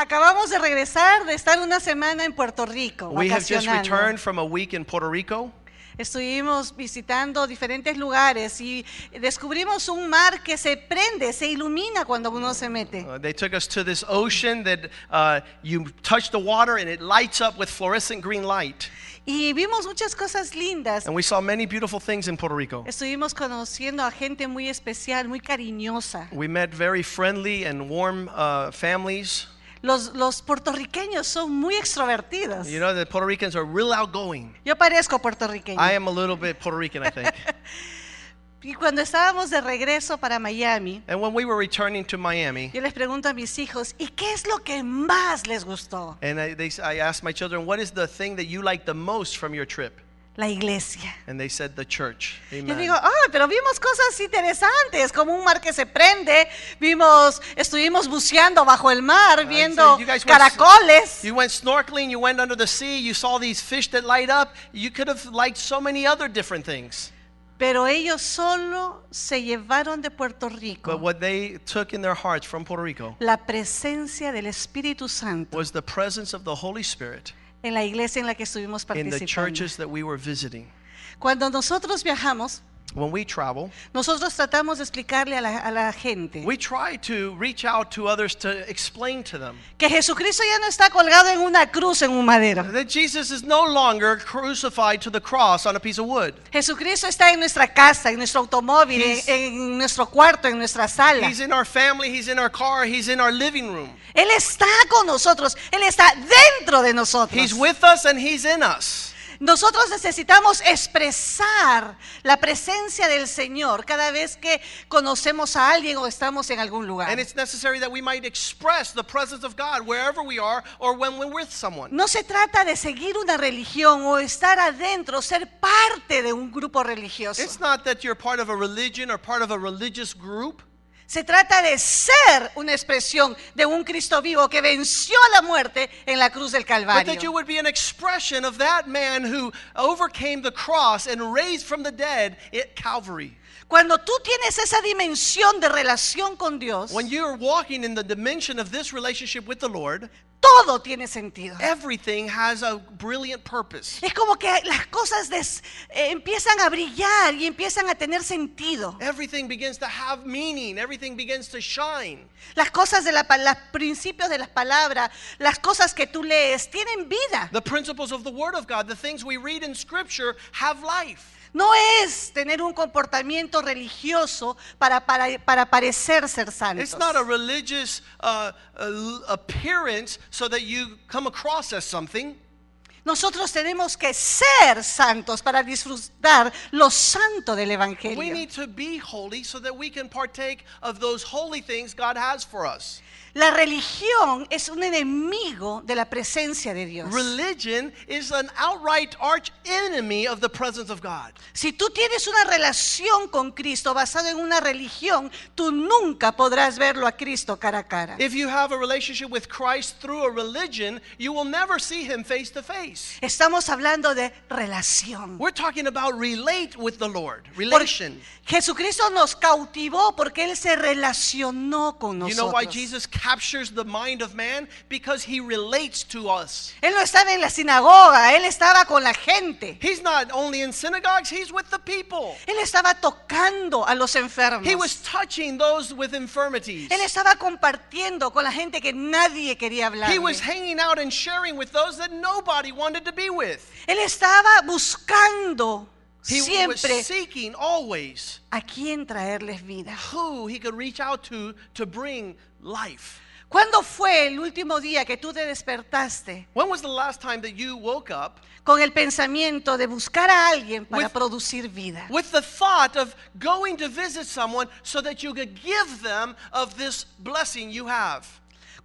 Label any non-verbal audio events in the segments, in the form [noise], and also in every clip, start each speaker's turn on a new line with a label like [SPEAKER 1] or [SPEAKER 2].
[SPEAKER 1] Acabamos de regresar de estar una semana en Puerto Rico.
[SPEAKER 2] We have just
[SPEAKER 1] vacacionando.
[SPEAKER 2] returned from a week in Puerto Rico.
[SPEAKER 1] Estuvimos visitando diferentes lugares y descubrimos un mar que se prende, se ilumina cuando uno se mete.
[SPEAKER 2] Uh, they took us to this ocean that uh, you touch the water and it lights up with fluorescent green light.
[SPEAKER 1] Y vimos muchas cosas lindas.
[SPEAKER 2] And we saw many beautiful things in Puerto Rico.
[SPEAKER 1] Estuvimos conociendo a gente muy especial, muy cariñosa.
[SPEAKER 2] We met very friendly and warm uh, families.
[SPEAKER 1] Los, los puertorriqueños son muy extrovertidos.
[SPEAKER 2] You know, the Puerto Ricans are real outgoing.
[SPEAKER 1] Yo parezco puertorriqueño.
[SPEAKER 2] I am a little bit Puerto Rican,
[SPEAKER 1] [laughs]
[SPEAKER 2] I think.
[SPEAKER 1] Y cuando estábamos de regreso para Miami,
[SPEAKER 2] and when we were returning to Miami,
[SPEAKER 1] yo les pregunto a mis hijos, ¿y qué es lo que más les gustó?
[SPEAKER 2] and I, they, I asked my children, what is the thing that you like the most from your trip?
[SPEAKER 1] La iglesia.
[SPEAKER 2] And they said, the church.
[SPEAKER 1] Yo
[SPEAKER 2] Amen.
[SPEAKER 1] digo, ah, pero vimos cosas interesantes, como un mar que se prende, vimos, estuvimos buceando bajo el mar, viendo
[SPEAKER 2] you guys went-
[SPEAKER 1] caracoles.
[SPEAKER 2] You went snorkeling, you went under the sea, you saw these fish that light up. You could have liked so many other different things.
[SPEAKER 1] Pero ellos solo se llevaron de Puerto
[SPEAKER 2] But
[SPEAKER 1] Rico
[SPEAKER 2] what they took in their hearts from Puerto Rico
[SPEAKER 1] la presencia del Espíritu Santo
[SPEAKER 2] was the presence of the Holy Spirit
[SPEAKER 1] en la iglesia en la que estuvimos
[SPEAKER 2] in the
[SPEAKER 1] participando.
[SPEAKER 2] churches that we were visiting.
[SPEAKER 1] Cuando nosotros viajamos,
[SPEAKER 2] When we travel,
[SPEAKER 1] nosotros tratamos de explicarle a la, a la gente
[SPEAKER 2] we try to reach out to others to explain to them
[SPEAKER 1] que Jesucristo ya no está colgado en una cruz, en un madero.
[SPEAKER 2] that Jesus is no longer crucified to the cross on a piece of wood.
[SPEAKER 1] Jesucristo está en nuestra casa, en nuestro automóvil, en,
[SPEAKER 2] He's-
[SPEAKER 1] en nuestro cuarto, en nuestra sala.
[SPEAKER 2] He's in our family, he's in our car, he's in our living room.
[SPEAKER 1] Él está con nosotros, Él está dentro de nosotros.
[SPEAKER 2] He's with us and he's in us.
[SPEAKER 1] Nosotros necesitamos expresar la presencia del Señor cada vez que conocemos a alguien o estamos en algún
[SPEAKER 2] And
[SPEAKER 1] lugar.
[SPEAKER 2] it's necessary that we might express the presence of God wherever we are or when we're with someone.
[SPEAKER 1] No se trata de seguir una religión o estar adentro, ser parte de un grupo religioso.
[SPEAKER 2] It's not that you're part of a religion or part of a religious group.
[SPEAKER 1] Se trata de ser una expresión de un Cristo vivo que venció a la muerte en la cruz del
[SPEAKER 2] But that you
[SPEAKER 1] Calvario.
[SPEAKER 2] would be an expression of that man who overcame the cross and raised from the dead at Calvary.
[SPEAKER 1] Cuando tú tienes esa dimensión de relación con Dios,
[SPEAKER 2] When you're walking in the dimension of this relationship with the Lord,
[SPEAKER 1] todo tiene sentido.
[SPEAKER 2] Eh. everything has a brilliant purpose.
[SPEAKER 1] Es como que las cosas des- eh, empiezan a brillar y empiezan a tener sentido.
[SPEAKER 2] Everything begins to have meaning, everything begins to shine.
[SPEAKER 1] Las cosas de la pa- los principios de las palabras, las cosas que tú lees, tienen vida.
[SPEAKER 2] The principles of the Word of God, the things we read in Scripture, have life.
[SPEAKER 1] No es tener un comportamiento religioso para, para, para parecer ser santos.
[SPEAKER 2] It's not a religious uh, uh, l- appearance so that you come across as something.
[SPEAKER 1] Nosotros tenemos que ser santos para disfrutar lo santo del
[SPEAKER 2] We
[SPEAKER 1] Evangelio.
[SPEAKER 2] need to be holy so that we can partake of those holy things God has for us.
[SPEAKER 1] La religión es un enemigo de la presencia de Dios.
[SPEAKER 2] Religion is an outright arch enemy of the presence of God.
[SPEAKER 1] Si tú tienes una relación con Cristo basada en una religión, tú nunca podrás verlo a Cristo cara a cara.
[SPEAKER 2] If you have a relationship with Christ through a religion, you will never see him face to face.
[SPEAKER 1] Estamos hablando de relación.
[SPEAKER 2] We're talking about relate with the Lord,
[SPEAKER 1] Por-
[SPEAKER 2] relation.
[SPEAKER 1] Jesucristo nos cautivó porque Él se relacionó con
[SPEAKER 2] You know why
[SPEAKER 1] nosotros.
[SPEAKER 2] Jesus captures the mind of man? Because he relates to us.
[SPEAKER 1] Él no estaba en la sinagoga, Él estaba con la gente.
[SPEAKER 2] He's not only in synagogues, he's with the people.
[SPEAKER 1] Él estaba tocando a los enfermos.
[SPEAKER 2] He was touching those with infirmities.
[SPEAKER 1] Él estaba compartiendo con la gente que nadie quería hablar.
[SPEAKER 2] He was hanging out and sharing with those that nobody wanted to be with.
[SPEAKER 1] Él estaba buscando
[SPEAKER 2] He was
[SPEAKER 1] siempre
[SPEAKER 2] seeking always
[SPEAKER 1] a quién traerles vida.
[SPEAKER 2] who he could reach out to to bring life.
[SPEAKER 1] ¿Cuándo fue el último día que tú te despertaste
[SPEAKER 2] When was the last time that you woke up
[SPEAKER 1] con el pensamiento de buscar a alguien para
[SPEAKER 2] With-
[SPEAKER 1] producir vida?
[SPEAKER 2] with the thought of going to visit someone so that you could give them of this blessing you have?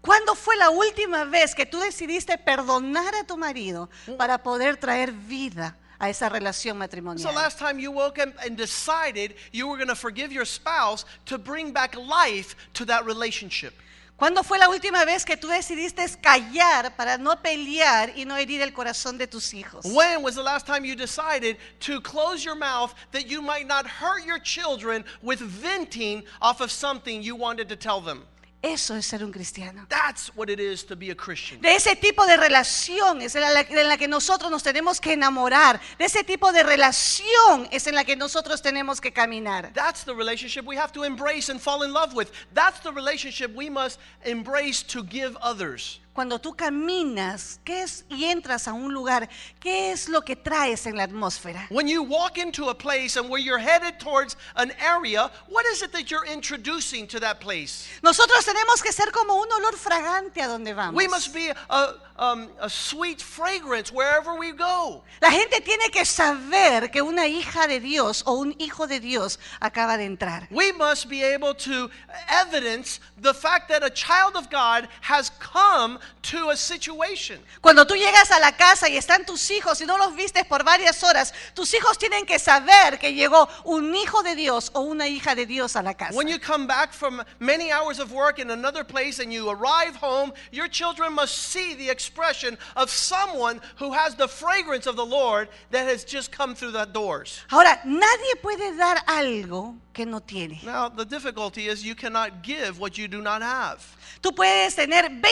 [SPEAKER 1] ¿Cuándo fue la última vez que tú decidiste perdonar a tu marido para poder traer vida a esa relación
[SPEAKER 2] When's the
[SPEAKER 1] matrimonial?
[SPEAKER 2] last time you woke up and decided you were going to forgive your spouse to bring back life to that relationship?
[SPEAKER 1] ¿Cuándo fue la última vez que tú decidiste callar para no pelear y no herir el corazón de tus hijos?
[SPEAKER 2] When was the last time you decided to close your mouth that you might not hurt your children with venting off of something you wanted to tell them?
[SPEAKER 1] Eso es ser un cristiano.
[SPEAKER 2] That's what it is to be a Christian.
[SPEAKER 1] De ese tipo de relaciones en la, en la que nosotros nos tenemos que enamorar. De ese tipo de relación es en la que nosotros tenemos que caminar.
[SPEAKER 2] That's the relationship we have to embrace and fall in love with. That's the relationship we must embrace to give others.
[SPEAKER 1] Cuando tú caminas ¿qué es, y entras a un lugar, ¿qué es lo que traes en la atmósfera?
[SPEAKER 2] When you walk into a place and where you're headed towards an area, what is it that you're introducing to that place?
[SPEAKER 1] Nosotros tenemos que ser como un olor fragante a donde vamos.
[SPEAKER 2] We must be a, um, a sweet fragrance wherever we go.
[SPEAKER 1] La gente tiene que saber que una hija de Dios o un hijo de Dios acaba de entrar.
[SPEAKER 2] We must be able to evidence the fact that a child of God has come to a situation.
[SPEAKER 1] Cuando tú llegas a la casa y están tus hijos y no los vistes por varias horas, tus hijos tienen que saber que llegó un hijo de Dios o una hija de Dios a la casa.
[SPEAKER 2] When you come back from many hours of work in another place and you arrive home, your children must see the expression of someone who has the fragrance of the Lord that has just come through the doors.
[SPEAKER 1] Ahora, nadie puede dar algo que no tiene.
[SPEAKER 2] Now, the difficulty is you cannot give what you do not have.
[SPEAKER 1] Tú puedes tener 20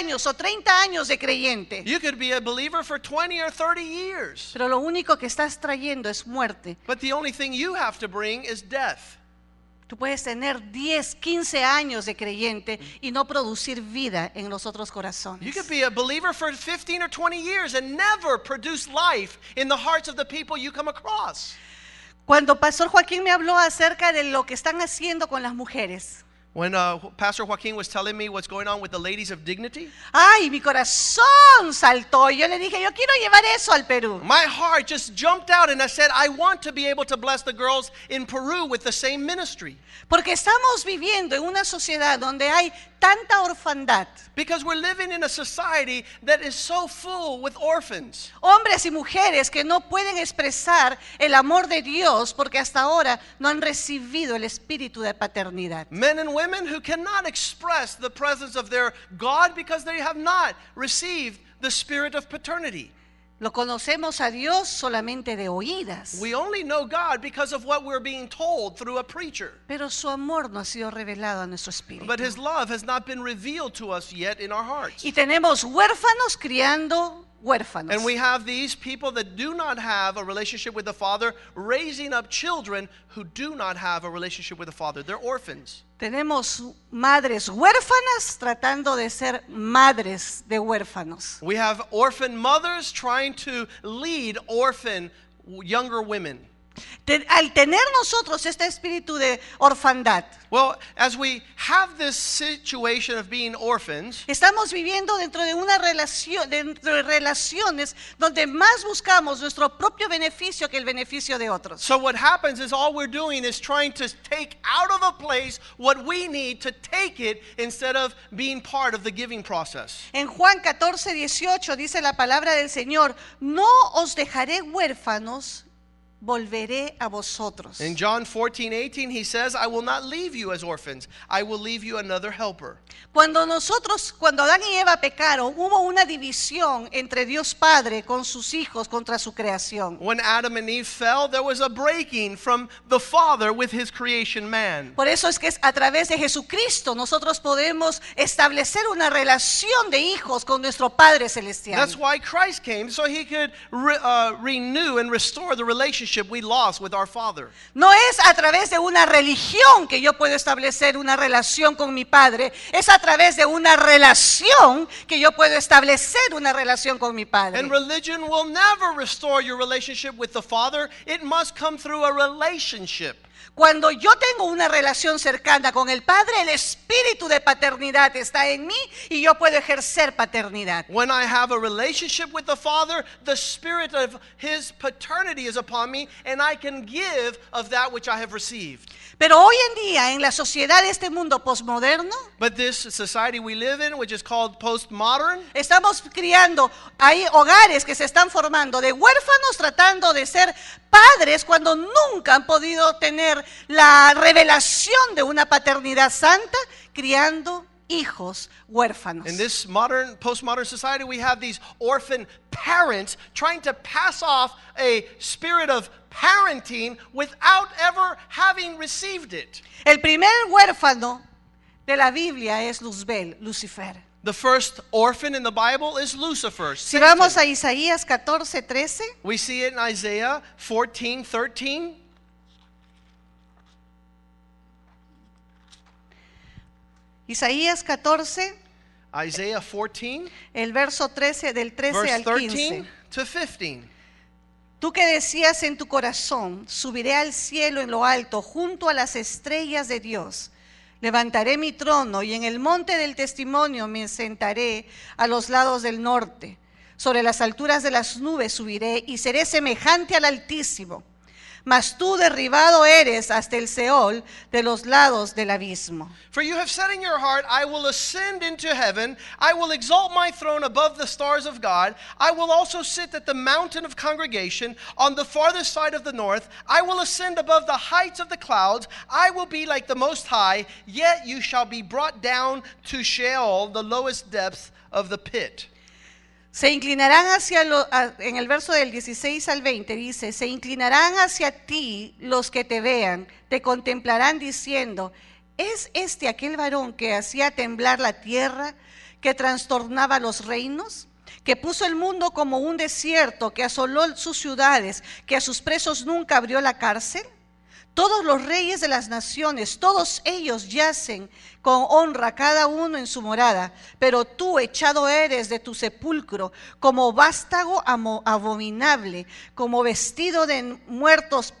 [SPEAKER 1] años o 30 años de creyente,
[SPEAKER 2] You could be a believer for 20 or 30 years,
[SPEAKER 1] pero lo único que estás trayendo es muerte.
[SPEAKER 2] but the only thing you have to bring is death.
[SPEAKER 1] Tú puedes tener 10, 15 años de creyente y no producir vida en los otros
[SPEAKER 2] You
[SPEAKER 1] corazones.
[SPEAKER 2] could be a believer for 15 or 20 years and never produce life in the hearts of the people you come across.
[SPEAKER 1] Cuando Pastor Joaquín me habló acerca de lo que están haciendo con las mujeres,
[SPEAKER 2] When uh, Pastor Joaquin was telling me what's going on with the ladies of dignity,
[SPEAKER 1] ay, mi corazón saltó. Y Yo le dije, yo quiero llevar eso al Perú.
[SPEAKER 2] my heart just jumped out and I said, I want to be able to bless the girls in Peru with the same ministry.
[SPEAKER 1] Porque estamos viviendo en una sociedad donde hay tanta orfandad.
[SPEAKER 2] Because we're living in a society that is so full with orphans.
[SPEAKER 1] Hombres y mujeres que no pueden expresar el amor de Dios porque hasta ahora no han recibido el espíritu de paternidad.
[SPEAKER 2] Men and women who cannot express the presence of their God because they have not received the spirit of paternity.
[SPEAKER 1] Lo conocemos a Dios solamente de oídas,
[SPEAKER 2] We only know God because of what we're being told through a preacher.
[SPEAKER 1] pero su amor no ha sido revelado a nuestro espíritu.
[SPEAKER 2] But his love has not been revealed to us yet in our hearts.
[SPEAKER 1] Y tenemos huérfanos criando huérfanos.
[SPEAKER 2] And we have these people that do not have a relationship with the Father raising up children who do not have a relationship with the Father. They're orphans.
[SPEAKER 1] Tenemos madres huérfanas tratando de ser madres de huérfanos.
[SPEAKER 2] We have orphan mothers trying to lead orphan w- younger women.
[SPEAKER 1] Te- al tener nosotros este espíritu de orfandad,
[SPEAKER 2] Well, as we have this situation of being orphans,
[SPEAKER 1] estamos viviendo dentro de una relación, dentro de relaciones donde más buscamos nuestro propio beneficio que el beneficio de otros.
[SPEAKER 2] so what happens is all we're doing is trying to take out of a place what we need to take it instead of being part of the giving process.
[SPEAKER 1] En Juan 14, 18 dice la palabra del Señor, no os dejaré huérfanos, volveré a vosotros.
[SPEAKER 2] In John 14, 18, he says, I will not leave you as orphans. I will leave you another helper.
[SPEAKER 1] Cuando nosotros, cuando Adán y Eva pecaron, hubo una división entre Dios Padre con sus hijos contra su creación.
[SPEAKER 2] When Adam and Eve fell, there was a breaking from the Father with his creation man.
[SPEAKER 1] Por eso es que es a través de Jesucristo nosotros podemos establecer una relación de hijos con nuestro Padre Celestial.
[SPEAKER 2] That's why Christ came, so he could re- uh, renew and restore the relationship we lost with our Father.
[SPEAKER 1] No es a través de una religión que yo puedo establecer una relación con mi padre, es a través de una relación que yo puedo establecer una relación con mi padre.
[SPEAKER 2] And religion will never restore your relationship with the Father, it must come through a relationship.
[SPEAKER 1] Cuando yo tengo una relación cercana con el padre, el espíritu de paternidad está en mí y yo puedo ejercer paternidad.
[SPEAKER 2] When I have a relationship with the Father, the Spirit of His paternity is upon me, and I can give of that which I have received.
[SPEAKER 1] Pero hoy en día, en la sociedad de este mundo posmoderno,
[SPEAKER 2] But this society we live in, which is called postmodern,
[SPEAKER 1] estamos criando, hay hogares que se están formando de huérfanos tratando de ser padres cuando nunca han podido tener la revelación de una paternidad santa, criando hijos huérfanos.
[SPEAKER 2] in this modern postmodern society, we have these orphan parents trying to pass off a spirit of parenting without ever having received it.
[SPEAKER 1] El primer huérfano de la Biblia es Luzbel, Lucifer.
[SPEAKER 2] The first orphan in the Bible is Lucifer.
[SPEAKER 1] Si
[SPEAKER 2] Satan.
[SPEAKER 1] vamos a Isaías 14, 13,
[SPEAKER 2] We see it in Isaiah 14 13.
[SPEAKER 1] Isaías 14,
[SPEAKER 2] Isaiah 14,
[SPEAKER 1] el verso 13, del 13
[SPEAKER 2] verse
[SPEAKER 1] al 15.
[SPEAKER 2] 13 to 15.
[SPEAKER 1] Tú que decías en tu corazón, subiré al cielo en lo alto, junto a las estrellas de Dios. Levantaré mi trono y en el monte del testimonio me sentaré a los lados del norte. Sobre las alturas de las nubes subiré y seré semejante al Altísimo. Mas tú derribado eres hasta el Seol de los lados del abismo.
[SPEAKER 2] For you have said in your heart, I will ascend into heaven, I will exalt my throne above the stars of God, I will also sit at the mountain of congregation on the farthest side of the north, I will ascend above the heights of the clouds, I will be like the Most High, yet you shall be brought down to Sheol, the lowest depth of the pit.
[SPEAKER 1] Se inclinarán hacia lo- a- en el verso del 16 al 20 dice, se inclinarán hacia ti los que te vean, te contemplarán diciendo, ¿es este aquel varón que hacía temblar la tierra, que trastornaba los reinos? que puso el mundo como un desierto, que asoló sus ciudades, que a sus presos nunca abrió la cárcel. Todos los reyes de las naciones, todos ellos yacen con honra cada uno en su morada, pero tú echado eres de tu sepulcro como vástago amo- abominable, como vestido de muertos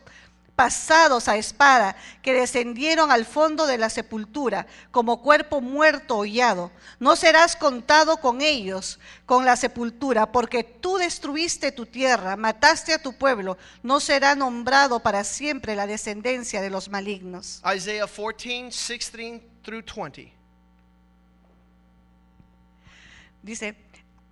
[SPEAKER 1] pasados a espada, que descendieron al fondo de la sepultura, como cuerpo muerto hollado. No serás contado con ellos, con la sepultura, porque tú destruiste tu tierra, mataste a tu pueblo, no será nombrado para siempre la descendencia de los malignos.
[SPEAKER 2] Isaiah 14 16 through 20.
[SPEAKER 1] Dice,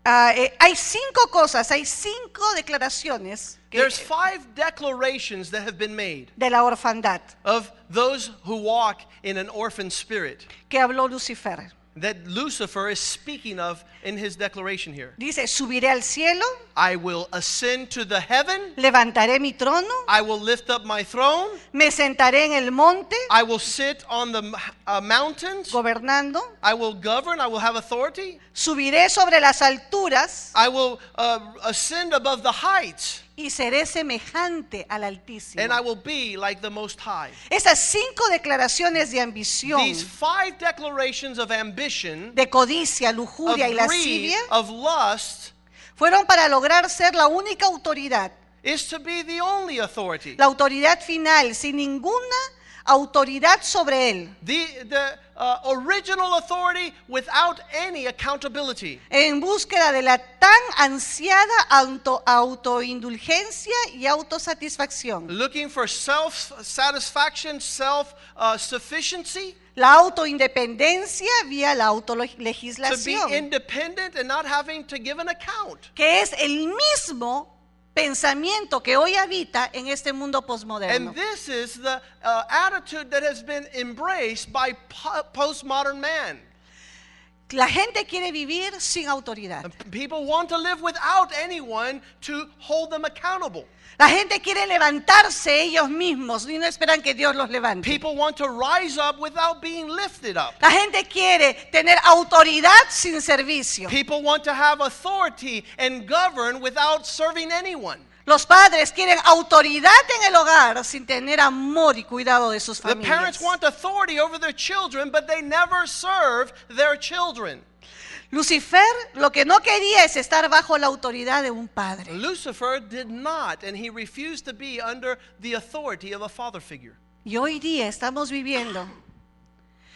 [SPEAKER 1] ah, eh, hay cinco cosas, hay cinco declaraciones que-
[SPEAKER 2] There's five declarations that have been made
[SPEAKER 1] de la orfandad
[SPEAKER 2] of those who walk in an orphan spirit
[SPEAKER 1] que habló Lucifer.
[SPEAKER 2] that Lucifer is speaking of in his declaration here.
[SPEAKER 1] Dice, subiré al cielo,
[SPEAKER 2] I will ascend to the heaven,
[SPEAKER 1] levantaré mi trono,
[SPEAKER 2] I will lift up my throne,
[SPEAKER 1] me sentaré en el monte.
[SPEAKER 2] I will sit on the m- uh, mountains,
[SPEAKER 1] gobernando,
[SPEAKER 2] I will govern, I will have authority,
[SPEAKER 1] subiré sobre las alturas
[SPEAKER 2] I will uh, ascend above the heights,
[SPEAKER 1] y seré semejante al
[SPEAKER 2] and I
[SPEAKER 1] Altísimo.
[SPEAKER 2] will be like the Most High.
[SPEAKER 1] Esas cinco declaraciones de ambición,
[SPEAKER 2] These five declarations of ambition
[SPEAKER 1] de codicia, lujuria y
[SPEAKER 2] of greed,
[SPEAKER 1] lascivia
[SPEAKER 2] of lust,
[SPEAKER 1] fueron para lograr ser la única autoridad,
[SPEAKER 2] is to be the only authority.
[SPEAKER 1] la autoridad final, sin ninguna autoridad sobre él.
[SPEAKER 2] The, the uh, original authority without any accountability.
[SPEAKER 1] En búsqueda de la tan ansiada auto- autoindulgencia y autosatisfacción.
[SPEAKER 2] Looking for self satisfaction, self uh, sufficiency,
[SPEAKER 1] La autoindependencia vía la
[SPEAKER 2] to be
[SPEAKER 1] autolegislación.
[SPEAKER 2] independent and not having to give an account.
[SPEAKER 1] que es el mismo pensamiento que hoy habita en este mundo posmoderno.
[SPEAKER 2] And this is the uh, attitude that has been embraced by po- postmodern man.
[SPEAKER 1] La gente quiere vivir sin autoridad.
[SPEAKER 2] People want to live without anyone to hold them accountable.
[SPEAKER 1] La gente quiere levantarse ellos mismos y no esperan que Dios los levante.
[SPEAKER 2] People want to rise up without being lifted up.
[SPEAKER 1] La gente quiere tener autoridad sin servicio.
[SPEAKER 2] People want to have authority and govern without serving anyone.
[SPEAKER 1] Los padres quieren autoridad en el hogar sin tener amor y cuidado de sus
[SPEAKER 2] The
[SPEAKER 1] familias.
[SPEAKER 2] parents want authority over their children, but they never serve their children.
[SPEAKER 1] Lucifer lo que no quería es estar bajo la autoridad de un padre.
[SPEAKER 2] Lucifer did not, and he refused to be under the authority of a father figure.
[SPEAKER 1] Y hoy día estamos viviendo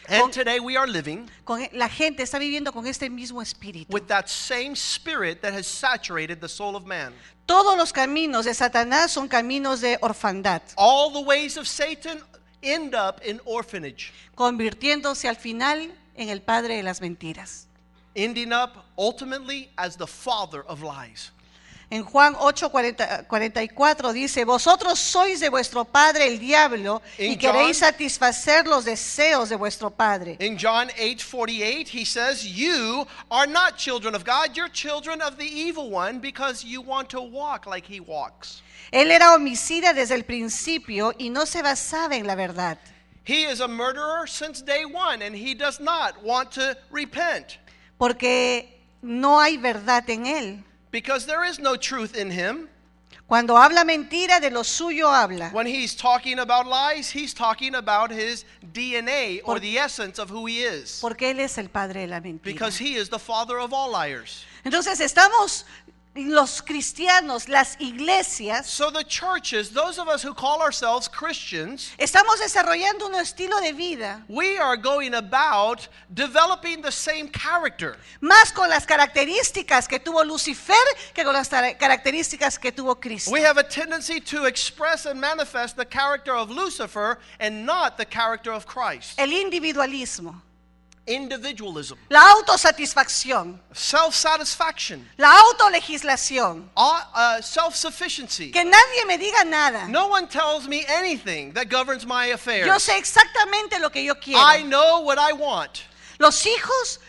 [SPEAKER 2] And today we are living
[SPEAKER 1] con la gente está viviendo con este mismo espíritu.
[SPEAKER 2] with that same spirit that has saturated the soul of man.
[SPEAKER 1] Todos los caminos de Satanás son caminos de orfandad,
[SPEAKER 2] All the ways of Satan end up in orphanage,
[SPEAKER 1] convirtiéndose al final en el padre de las mentiras.
[SPEAKER 2] ending up ultimately as the father of lies.
[SPEAKER 1] En Juan 8, 40, 44 dice, vosotros sois de vuestro padre el diablo y
[SPEAKER 2] In
[SPEAKER 1] queréis
[SPEAKER 2] John-
[SPEAKER 1] satisfacer los deseos de vuestro padre.
[SPEAKER 2] In John 8:48, he says, "You are not children of God, you're children of the evil one because you want to walk like he walks."
[SPEAKER 1] Él era homicida desde el principio y no se basaba en la verdad,
[SPEAKER 2] He is a murderer since day one, and he does not want to repent
[SPEAKER 1] porque no hay verdad en él.
[SPEAKER 2] because there is no truth in him.
[SPEAKER 1] Cuando habla mentira, de lo suyo habla.
[SPEAKER 2] When he's talking about lies, he's talking about his DNA or
[SPEAKER 1] Por-
[SPEAKER 2] the essence of who he is.
[SPEAKER 1] Porque él es el padre de la mentira.
[SPEAKER 2] Because he is the father of all liars.
[SPEAKER 1] Entonces estamos los cristianos, las iglesias,
[SPEAKER 2] So the churches, those of us who call ourselves Christians,
[SPEAKER 1] estamos desarrollando un estilo de vida,
[SPEAKER 2] we are going about developing the same character.
[SPEAKER 1] más con las características que tuvo Lucifer que con las tar- características que tuvo Cristo.
[SPEAKER 2] We have a tendency to express and manifest the character of Lucifer and not the character of Christ.
[SPEAKER 1] El individualismo,
[SPEAKER 2] Individualism,
[SPEAKER 1] la autosatisfacción,
[SPEAKER 2] self satisfaction,
[SPEAKER 1] la autolegislación,
[SPEAKER 2] uh, self sufficiency.
[SPEAKER 1] que nadie me diga nada.
[SPEAKER 2] No one tells me anything that governs my affairs.
[SPEAKER 1] Yo sé exactamente lo que yo
[SPEAKER 2] I
[SPEAKER 1] quiero.
[SPEAKER 2] know what I want.
[SPEAKER 1] Los hijos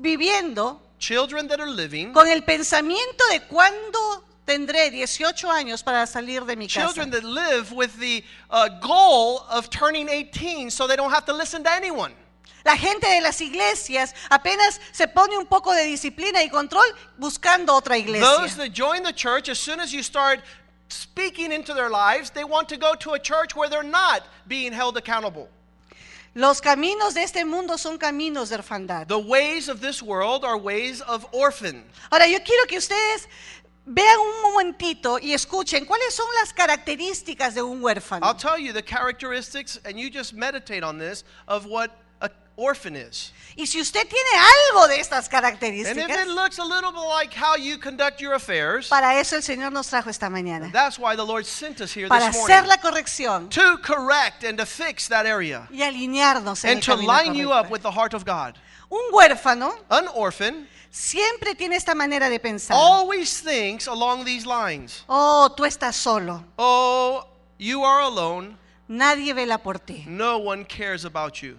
[SPEAKER 1] viviendo
[SPEAKER 2] Children that are living,
[SPEAKER 1] con el pensamiento de cuándo tendré 18 años para salir de mi casa.
[SPEAKER 2] children that live with the uh, goal of turning 18 so they don't have to listen to anyone.
[SPEAKER 1] La gente de las iglesias apenas se pone un poco de disciplina y control buscando otra
[SPEAKER 2] Those
[SPEAKER 1] iglesia.
[SPEAKER 2] that join the church, as soon as you start speaking into their lives, they want to go to a church where they're not being held accountable.
[SPEAKER 1] Los caminos de este mundo son caminos de hermandad.
[SPEAKER 2] The ways of this world are ways of orphan.
[SPEAKER 1] Ahora yo quiero que ustedes vean un momentito y escuchen cuáles son las características de un
[SPEAKER 2] I'll
[SPEAKER 1] huérfano.
[SPEAKER 2] tell you the characteristics, and you just meditate on this, of what an orphan is.
[SPEAKER 1] Y si usted tiene algo de estas
[SPEAKER 2] And if
[SPEAKER 1] características,
[SPEAKER 2] it looks a little bit like how you conduct your affairs,
[SPEAKER 1] para eso el Señor nos trajo esta mañana,
[SPEAKER 2] that's why the Lord sent us here
[SPEAKER 1] para
[SPEAKER 2] this
[SPEAKER 1] hacer
[SPEAKER 2] morning
[SPEAKER 1] la corrección
[SPEAKER 2] to correct and to fix that area
[SPEAKER 1] y alinearnos en
[SPEAKER 2] and
[SPEAKER 1] el
[SPEAKER 2] to
[SPEAKER 1] camino
[SPEAKER 2] line you up
[SPEAKER 1] correcto.
[SPEAKER 2] with the heart of God.
[SPEAKER 1] Un huérfano
[SPEAKER 2] An orphan
[SPEAKER 1] siempre tiene esta manera de pensar.
[SPEAKER 2] always thinks along these lines.
[SPEAKER 1] Oh, tú estás solo.
[SPEAKER 2] Oh, you are alone.
[SPEAKER 1] Nadie vela por ti.
[SPEAKER 2] No one cares about you.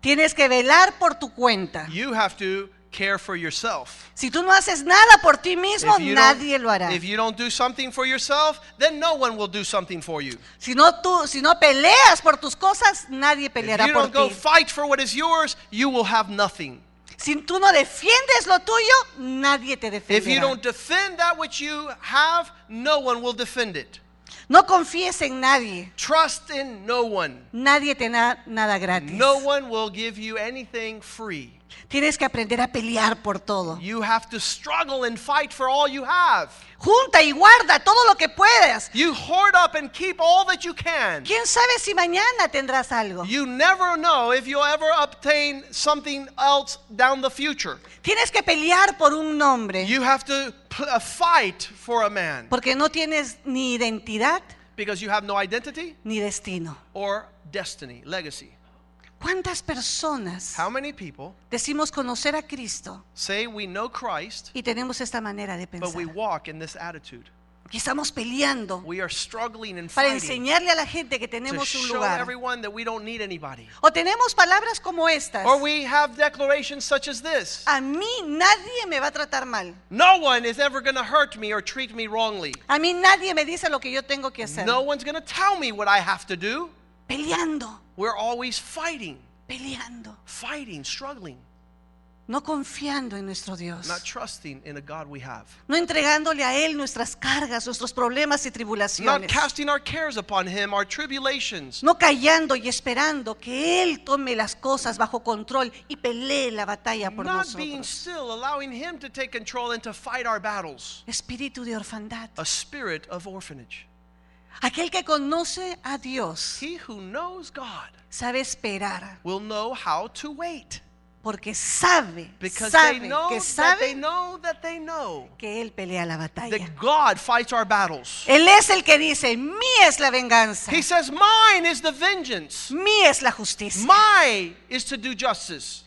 [SPEAKER 1] Tienes que velar por tu cuenta.
[SPEAKER 2] You have to care for yourself.
[SPEAKER 1] Si tú no haces nada por ti mismo,
[SPEAKER 2] you don't-
[SPEAKER 1] nadie lo hará.
[SPEAKER 2] if you don't do something for yourself, then no one will do something for you.
[SPEAKER 1] Si no tú, si no peleas por tus cosas, nadie
[SPEAKER 2] If
[SPEAKER 1] peleará
[SPEAKER 2] you
[SPEAKER 1] por
[SPEAKER 2] don't go
[SPEAKER 1] ti.
[SPEAKER 2] fight for what is yours, you will have nothing.
[SPEAKER 1] Si tú no defiendes lo tuyo, nadie te
[SPEAKER 2] If
[SPEAKER 1] defenderá.
[SPEAKER 2] you don't defend that which you have, no one will defend it.
[SPEAKER 1] No confíes en nadie.
[SPEAKER 2] Trust in no one.
[SPEAKER 1] Nadie te da nada gratis.
[SPEAKER 2] No one will give you anything free.
[SPEAKER 1] Tienes que aprender a pelear por todo.
[SPEAKER 2] You have to struggle and fight for all you have.
[SPEAKER 1] Junta y guarda todo lo que puedas.
[SPEAKER 2] You hoard up and keep all that you can.
[SPEAKER 1] ¿Quién sabe si mañana tendrás algo?
[SPEAKER 2] You never know if you'll ever obtain something else down the future.
[SPEAKER 1] Tienes que pelear por un nombre,
[SPEAKER 2] You have to pl- uh, fight for a man
[SPEAKER 1] porque no tienes ni identidad
[SPEAKER 2] because you have no identity
[SPEAKER 1] ni destino.
[SPEAKER 2] or destiny, legacy.
[SPEAKER 1] ¿Cuántas personas
[SPEAKER 2] How many people
[SPEAKER 1] decimos conocer a Cristo
[SPEAKER 2] say we know Christ,
[SPEAKER 1] y tenemos esta manera de
[SPEAKER 2] but we
[SPEAKER 1] pensar?
[SPEAKER 2] walk in this attitude?
[SPEAKER 1] Y estamos peleando
[SPEAKER 2] We are struggling and
[SPEAKER 1] para
[SPEAKER 2] fighting
[SPEAKER 1] enseñarle a la gente que
[SPEAKER 2] to
[SPEAKER 1] tenemos un
[SPEAKER 2] show
[SPEAKER 1] lugar.
[SPEAKER 2] everyone that we don't need anybody.
[SPEAKER 1] O tenemos palabras como estas.
[SPEAKER 2] Or we have declarations such as this
[SPEAKER 1] A mí nadie me va a tratar mal.
[SPEAKER 2] No one is ever going to hurt me or treat me wrongly.
[SPEAKER 1] A mí nadie me dice lo que yo tengo que hacer.
[SPEAKER 2] No one's going to tell me what I have to do.
[SPEAKER 1] Peleando,
[SPEAKER 2] We're always fighting,
[SPEAKER 1] peleando,
[SPEAKER 2] fighting, struggling,
[SPEAKER 1] no confiando en nuestro Dios.
[SPEAKER 2] not trusting in a God we have,
[SPEAKER 1] no entregándole a Él nuestras cargas, nuestros problemas y
[SPEAKER 2] not
[SPEAKER 1] tribulaciones,
[SPEAKER 2] casting our cares upon Him, our tribulations,
[SPEAKER 1] no callando y esperando que Él tome las cosas bajo control y pelee la batalla por
[SPEAKER 2] not being
[SPEAKER 1] nosotros.
[SPEAKER 2] still, allowing Him to take control and to fight our battles.
[SPEAKER 1] Espíritu de orfandad.
[SPEAKER 2] A spirit of orphanage.
[SPEAKER 1] Aquel que conoce a Dios
[SPEAKER 2] He who knows God
[SPEAKER 1] sabe esperar,
[SPEAKER 2] will know how to wait.
[SPEAKER 1] porque sabe,
[SPEAKER 2] Because they
[SPEAKER 1] sabe,
[SPEAKER 2] know
[SPEAKER 1] que
[SPEAKER 2] that they
[SPEAKER 1] sabe
[SPEAKER 2] know that they know
[SPEAKER 1] que Él pelea la batalla.
[SPEAKER 2] that God fights our battles.
[SPEAKER 1] Él es el que dice, mí es la venganza,
[SPEAKER 2] He says, Mine is the vengeance.
[SPEAKER 1] mí es la justicia.
[SPEAKER 2] My is to do justice.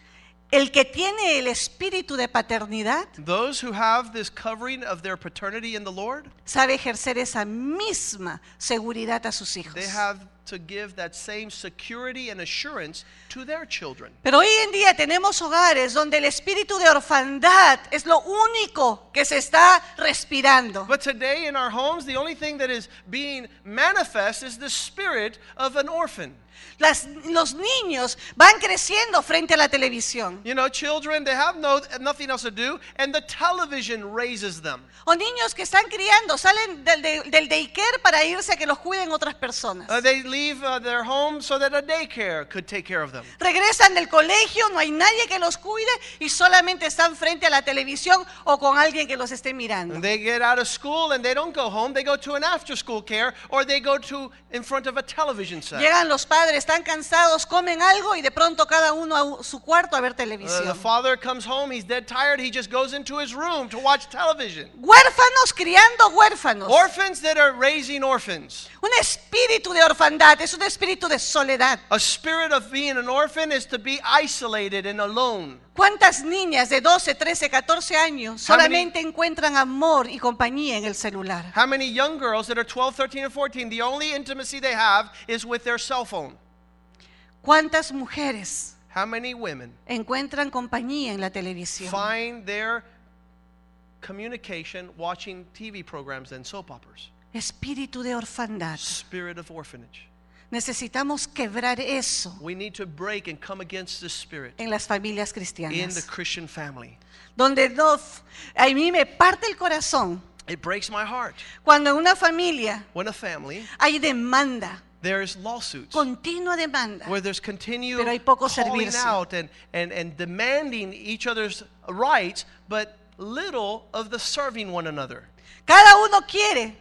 [SPEAKER 1] El que tiene el espíritu de paternidad
[SPEAKER 2] Those who have this covering of their paternity in the Lord,
[SPEAKER 1] sabe ejercer esa misma seguridad a sus hijos.
[SPEAKER 2] they have to give that same security and assurance to their children.
[SPEAKER 1] Pero hoy en día tenemos hogares donde el espíritu de orfandad es lo único que se está respirando.
[SPEAKER 2] But today in our homes, the only thing that is being manifest is the spirit of an orphan.
[SPEAKER 1] Las- los niños van creciendo frente a la televisión.
[SPEAKER 2] You know, children, they have no, nothing else to do, and the television raises them.
[SPEAKER 1] O niños que están criando, salen del, del, del daycare para irse a que los cuiden otras personas.
[SPEAKER 2] Uh, they leave uh, their home so that a daycare could take care of them.
[SPEAKER 1] Regresan del colegio, no hay nadie que los cuide y solamente están frente a la televisión o con alguien que los esté mirando.
[SPEAKER 2] And they get out of school and they don't go home. They go to an after school care or they go to in front of a television set.
[SPEAKER 1] Llegan los padres, están cansados, comen algo y de pronto cada uno a u- su cuarto a ver
[SPEAKER 2] Uh, the
[SPEAKER 1] televisión.
[SPEAKER 2] father comes home, he's dead tired, he just goes into his room to watch television.
[SPEAKER 1] Huérfanos criando huérfanos.
[SPEAKER 2] Orphans that are raising orphans.
[SPEAKER 1] Un espíritu de orfandad, es un espíritu de soledad.
[SPEAKER 2] A spirit of being an orphan is to be isolated and alone.
[SPEAKER 1] ¿Cuántas niñas de 12, 13, 14 años
[SPEAKER 2] How many-
[SPEAKER 1] solamente encuentran amor y compañía en el celular?
[SPEAKER 2] How many young girls that are 12, 13, and 14, the only intimacy they have is with their cell phone?
[SPEAKER 1] ¿Cuántas mujeres
[SPEAKER 2] How many women
[SPEAKER 1] encuentran compañía en la televisión?
[SPEAKER 2] find their communication watching TV programs and soap operas?
[SPEAKER 1] Espíritu de orfandad.
[SPEAKER 2] Spirit of orphanage.
[SPEAKER 1] Necesitamos quebrar eso
[SPEAKER 2] We need to break and come against this spirit
[SPEAKER 1] en las familias
[SPEAKER 2] in the
[SPEAKER 1] cristianas.
[SPEAKER 2] Christian family.
[SPEAKER 1] Donde no, a mí me parte el corazón
[SPEAKER 2] It breaks my heart
[SPEAKER 1] cuando en una familia
[SPEAKER 2] when a family
[SPEAKER 1] hay demanda,
[SPEAKER 2] there's lawsuits
[SPEAKER 1] continua demanda.
[SPEAKER 2] where there's continued
[SPEAKER 1] Pero hay poco
[SPEAKER 2] calling
[SPEAKER 1] servirse.
[SPEAKER 2] out and, and, and demanding each other's rights, but little of the serving one another.
[SPEAKER 1] Cada uno quiere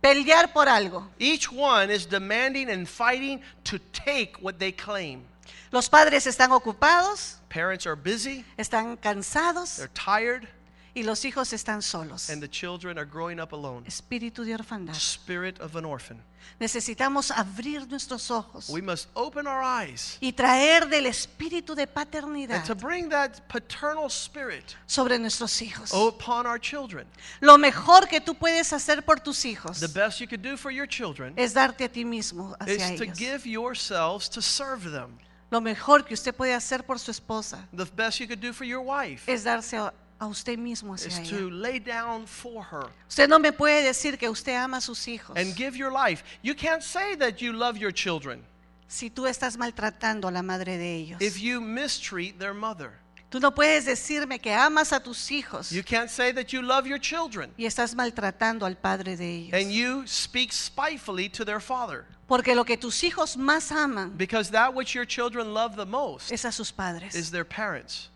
[SPEAKER 1] pelear por algo.
[SPEAKER 2] Each one is demanding and fighting to take what they claim.
[SPEAKER 1] Los padres están ocupados,
[SPEAKER 2] Parents are busy,
[SPEAKER 1] están cansados
[SPEAKER 2] they're tired,
[SPEAKER 1] y los hijos están solos.
[SPEAKER 2] and the children are growing up alone.
[SPEAKER 1] Espíritu de orfandad.
[SPEAKER 2] Spirit of an orphan.
[SPEAKER 1] Necesitamos abrir nuestros ojos
[SPEAKER 2] We must open our eyes
[SPEAKER 1] y traer del espíritu de
[SPEAKER 2] and
[SPEAKER 1] paternidad
[SPEAKER 2] to bring that paternal spirit
[SPEAKER 1] sobre nuestros hijos.
[SPEAKER 2] upon our children.
[SPEAKER 1] Lo mejor que tú puedes hacer por tus hijos
[SPEAKER 2] The best you could do for your children
[SPEAKER 1] es darte a ti mismo hacia
[SPEAKER 2] is to
[SPEAKER 1] ellos.
[SPEAKER 2] give yourselves to serve them.
[SPEAKER 1] Lo mejor que usted puede hacer por su esposa
[SPEAKER 2] The best you could do for your wife
[SPEAKER 1] es darse a, a usted mismo
[SPEAKER 2] is
[SPEAKER 1] hacia
[SPEAKER 2] to
[SPEAKER 1] ella.
[SPEAKER 2] lay down for her
[SPEAKER 1] Usted no me puede decir que usted ama a sus hijos
[SPEAKER 2] and give your life. You can't say that you love your children
[SPEAKER 1] si tú estás maltratando a la madre de ellos.
[SPEAKER 2] if you mistreat their mother.
[SPEAKER 1] Tú no puedes decirme que amas a tus hijos
[SPEAKER 2] You can't say that you love your children
[SPEAKER 1] y estás maltratando al padre de
[SPEAKER 2] and
[SPEAKER 1] ellos.
[SPEAKER 2] you speak spitefully to their father
[SPEAKER 1] Porque lo que tus hijos más aman
[SPEAKER 2] because that which your children love the most
[SPEAKER 1] es a sus
[SPEAKER 2] is
[SPEAKER 1] padres.
[SPEAKER 2] their parents.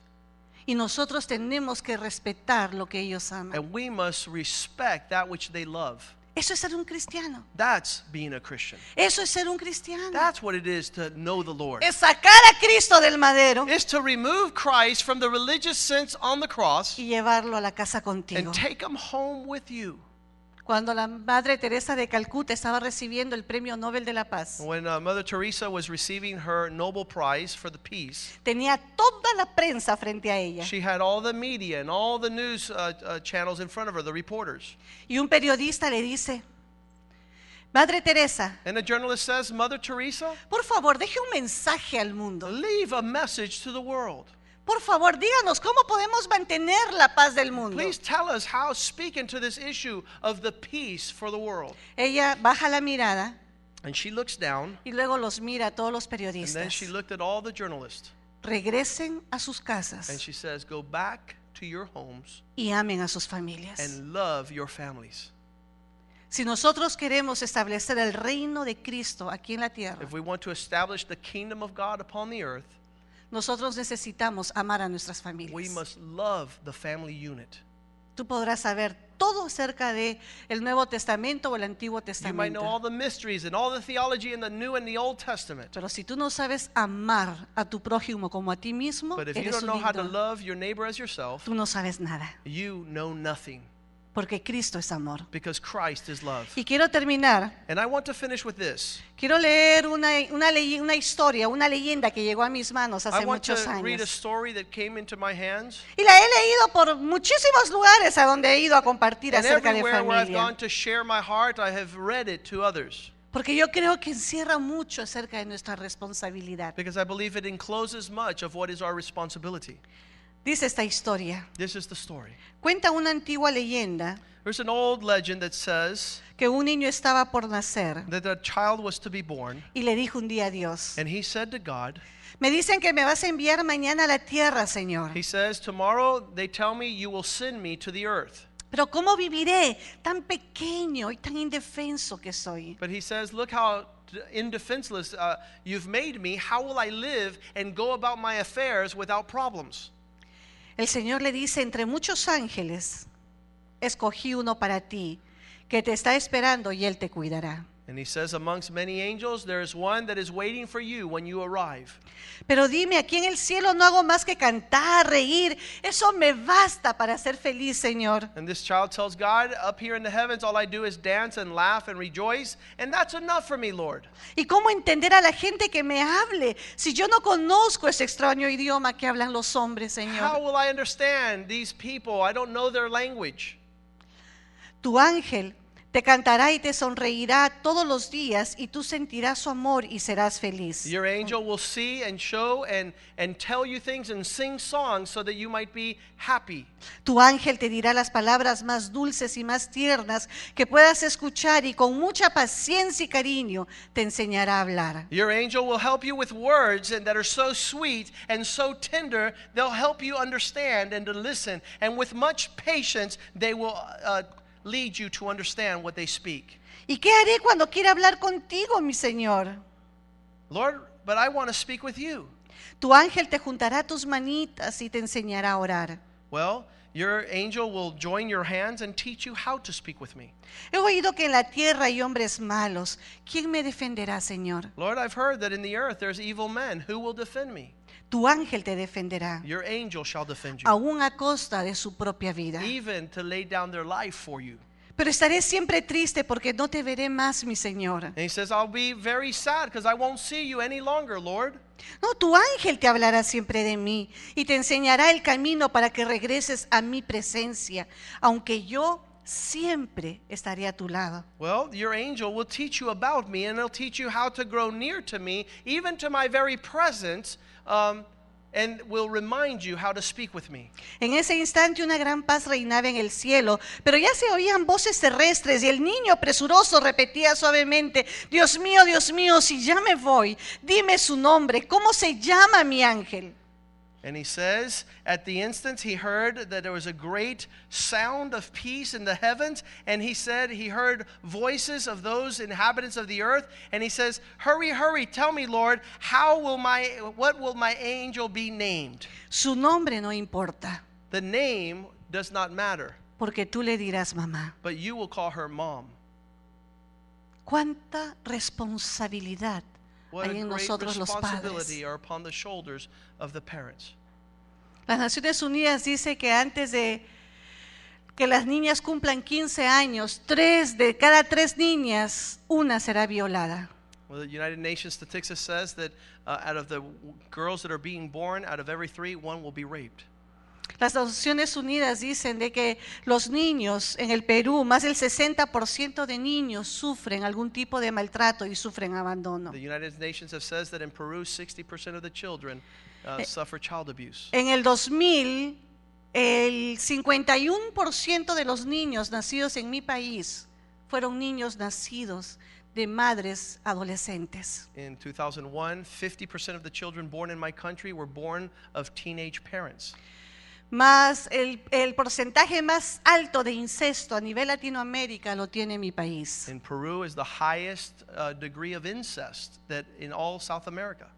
[SPEAKER 1] Y nosotros tenemos que respetar lo que ellos aman.
[SPEAKER 2] And we must respect that which they love.
[SPEAKER 1] Eso es ser un cristiano.
[SPEAKER 2] That's being a Christian.
[SPEAKER 1] Eso es ser un cristiano.
[SPEAKER 2] That's what it is to know the Lord.
[SPEAKER 1] Es sacar a Cristo del madero
[SPEAKER 2] It's to remove Christ from the religious sense on the cross
[SPEAKER 1] y llevarlo a la casa contigo.
[SPEAKER 2] and take him home with you.
[SPEAKER 1] Cuando la Madre Teresa de Calcuta estaba recibiendo el Premio Nobel de la Paz,
[SPEAKER 2] When uh, Mother Teresa was receiving her Nobel Prize for the Peace,
[SPEAKER 1] tenía toda la prensa frente a ella.
[SPEAKER 2] she had all the media and all the news uh, uh, channels in front of her, the reporters.
[SPEAKER 1] Y un periodista le dice, Madre Teresa,
[SPEAKER 2] And the journalist says, Mother Teresa,
[SPEAKER 1] por favor, deje un mensaje al mundo.
[SPEAKER 2] leave a message to the world.
[SPEAKER 1] Por favor, díganos cómo podemos mantener la paz del mundo.
[SPEAKER 2] Please tell us how speaking to this issue of the peace for the world.
[SPEAKER 1] Ella baja la mirada
[SPEAKER 2] And she looks down,
[SPEAKER 1] y luego los mira a todos los
[SPEAKER 2] and then
[SPEAKER 1] periodistas.
[SPEAKER 2] she looked at all the journalists,
[SPEAKER 1] Regresen a sus
[SPEAKER 2] and
[SPEAKER 1] casas
[SPEAKER 2] she says, Go back to your homes
[SPEAKER 1] y amen a sus familias.
[SPEAKER 2] and love your families.
[SPEAKER 1] Si nosotros queremos establecer el reino de Cristo aquí en la tierra,
[SPEAKER 2] If we want to establish the kingdom of God upon the earth,
[SPEAKER 1] nosotros necesitamos amar a nuestras
[SPEAKER 2] we
[SPEAKER 1] familias.
[SPEAKER 2] must love the family unit.
[SPEAKER 1] Tú podrás saber todo acerca de el Nuevo Testamento o el Antiguo
[SPEAKER 2] You might
[SPEAKER 1] Testamento.
[SPEAKER 2] know all the mysteries and all the theology in the New and the Old Testament.
[SPEAKER 1] Pero si tú no sabes amar a tu prójimo como a ti mismo,
[SPEAKER 2] But if you
[SPEAKER 1] eres
[SPEAKER 2] don't
[SPEAKER 1] un
[SPEAKER 2] know how to
[SPEAKER 1] ídolo.
[SPEAKER 2] love your neighbor as yourself,
[SPEAKER 1] tú no sabes nada,
[SPEAKER 2] you know nothing
[SPEAKER 1] porque Cristo es amor.
[SPEAKER 2] because Christ is love.
[SPEAKER 1] Y quiero terminar,
[SPEAKER 2] And I want to finish with this.
[SPEAKER 1] quiero leer una, una, ley- una historia, una leyenda que llegó a mis manos
[SPEAKER 2] I
[SPEAKER 1] hace
[SPEAKER 2] want
[SPEAKER 1] muchos
[SPEAKER 2] to read a
[SPEAKER 1] años.
[SPEAKER 2] story that came into my hands.
[SPEAKER 1] Y la he leído por muchísimos lugares a donde he ido a compartir
[SPEAKER 2] And
[SPEAKER 1] acerca de
[SPEAKER 2] everywhere where I've
[SPEAKER 1] familia.
[SPEAKER 2] gone to share my heart, I have read it to others
[SPEAKER 1] Porque yo creo que encierra mucho acerca de nuestra responsabilidad.
[SPEAKER 2] because I believe it encloses much of what is our responsibility.
[SPEAKER 1] Dice esta historia.
[SPEAKER 2] This is the story.
[SPEAKER 1] Cuenta una antigua leyenda
[SPEAKER 2] There's an old legend that says
[SPEAKER 1] que un niño estaba por nacer
[SPEAKER 2] that a child was to be born,
[SPEAKER 1] y le dijo un día a Dios,
[SPEAKER 2] and he said to God,
[SPEAKER 1] me dicen que me vas a enviar mañana a la tierra, Señor,
[SPEAKER 2] He says, Tomorrow they tell me you will send me to the earth.
[SPEAKER 1] pero ¿cómo viviré tan pequeño y tan indefenso que soy?
[SPEAKER 2] But he says, Look how d- indefenseless uh, you've made me. How will I live and go about my affairs without problems?
[SPEAKER 1] El Señor le dice, entre muchos ángeles, escogí uno para ti, que te está esperando y él te cuidará.
[SPEAKER 2] And he says, Amongst many angels, there is one that is waiting for you when you arrive.
[SPEAKER 1] Pero dime, aquí en el cielo no hago más que cantar, reír. Eso me basta para ser feliz, Señor.
[SPEAKER 2] And this child tells God, Up here in the heavens, all I do is dance and laugh and rejoice, and that's enough for me, Lord.
[SPEAKER 1] ¿Y cómo entender a la gente que me hable si yo no conozco ese extraño idioma que hablan los hombres,
[SPEAKER 2] How
[SPEAKER 1] Señor?
[SPEAKER 2] will I understand these people? I don't know their language.
[SPEAKER 1] Tu ángel te cantará y te sonreirá todos los días y tú sentirás su amor y serás feliz.
[SPEAKER 2] Your angel will see and show and, and tell you things and sing songs so that you might be happy.
[SPEAKER 1] Tu ángel te dirá las palabras más dulces y más tiernas que puedas escuchar y con mucha paciencia y cariño te enseñará a hablar.
[SPEAKER 2] Your angel will help you with words and that are so sweet and so tender, they'll help you understand and to listen. And with much patience, they will uh, lead you to understand what they speak.
[SPEAKER 1] ¿Y qué haré cuando quiera hablar contigo, mi Señor?
[SPEAKER 2] Lord, but I want to speak with you.
[SPEAKER 1] Tu ángel te juntará tus manitas y te enseñará a orar.
[SPEAKER 2] Well, your angel will join your hands and teach you how to speak with me.
[SPEAKER 1] He oído que en la tierra hay hombres malos. ¿Quién me defenderá, Señor?
[SPEAKER 2] Lord, I've heard that in the earth there's evil men. Who will defend me?
[SPEAKER 1] Tu ángel te defenderá,
[SPEAKER 2] Your angel shall defend you,
[SPEAKER 1] aún a costa de su propia vida.
[SPEAKER 2] even to lay down their life for you.
[SPEAKER 1] Pero estaré siempre triste porque no te veré más, mi Señor.
[SPEAKER 2] And he says, I'll be very sad because I won't see you any longer, Lord.
[SPEAKER 1] No, tu ángel te hablará siempre de mí y te enseñará el camino para que regreses a mi presencia, aunque yo siempre estaré a tu lado.
[SPEAKER 2] Well, your angel will teach you about me, and he'll teach you how to grow near to me, even to my very presence, um, and will remind you how to speak with me.
[SPEAKER 1] En ese instante una gran paz reinaba en el cielo, pero ya se oían voces terrestres y el niño presuroso repetía suavemente, Dios mío, Dios mío, si ya me voy, dime su nombre, ¿cómo se llama mi ángel?
[SPEAKER 2] And he says, At the instant he heard that there was a great sound of peace in the heavens, and he said, He heard voices of those inhabitants of the earth, and he says, Hurry, hurry, tell me, Lord, how will my, what will my angel be named?
[SPEAKER 1] Su nombre no importa,
[SPEAKER 2] The name does not matter,
[SPEAKER 1] porque tú le dirás, mamá,
[SPEAKER 2] but you will call her mom.
[SPEAKER 1] cuánta responsabilidad
[SPEAKER 2] What a
[SPEAKER 1] hay en
[SPEAKER 2] great
[SPEAKER 1] nosotros los padres.
[SPEAKER 2] responsibility are upon the shoulders of the parents.
[SPEAKER 1] Las Naciones Unidas dice que antes de que las niñas cumplan 15 años, tres de cada tres niñas, una será violada.
[SPEAKER 2] Well, the United Nations statistics says that uh, out of the w- girls that are being born, out of every three, one will be raped.
[SPEAKER 1] Las Naciones Unidas dicen de que los niños en el Perú, más del 60% de niños sufren algún tipo de maltrato y sufren abandono.
[SPEAKER 2] The United Nations have says that in Peru, 60% of the children uh, suffer child abuse.
[SPEAKER 1] En el 2000, el 51% de los niños nacidos en mi país fueron niños nacidos de madres adolescentes.
[SPEAKER 2] In 2001, 50% of the children born in my country were born of teenage parents.
[SPEAKER 1] Más el, el porcentaje más alto de incesto a nivel Latinoamérica lo tiene mi país.
[SPEAKER 2] In Peru is the highest uh, degree of incest that in all South America.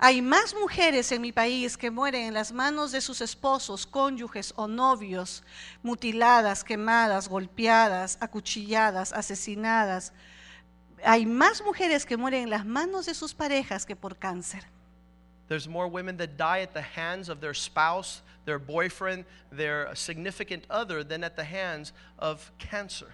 [SPEAKER 1] Hay más mujeres en mi país que mueren en las manos de sus esposos, cónyuges o novios, mutiladas, quemadas, golpeadas, acuchilladas, asesinadas. Hay más mujeres que mueren en las manos de sus parejas que por cáncer.
[SPEAKER 2] There's more women that die at the hands of their spouse, their boyfriend, their significant other than at the hands of cancer.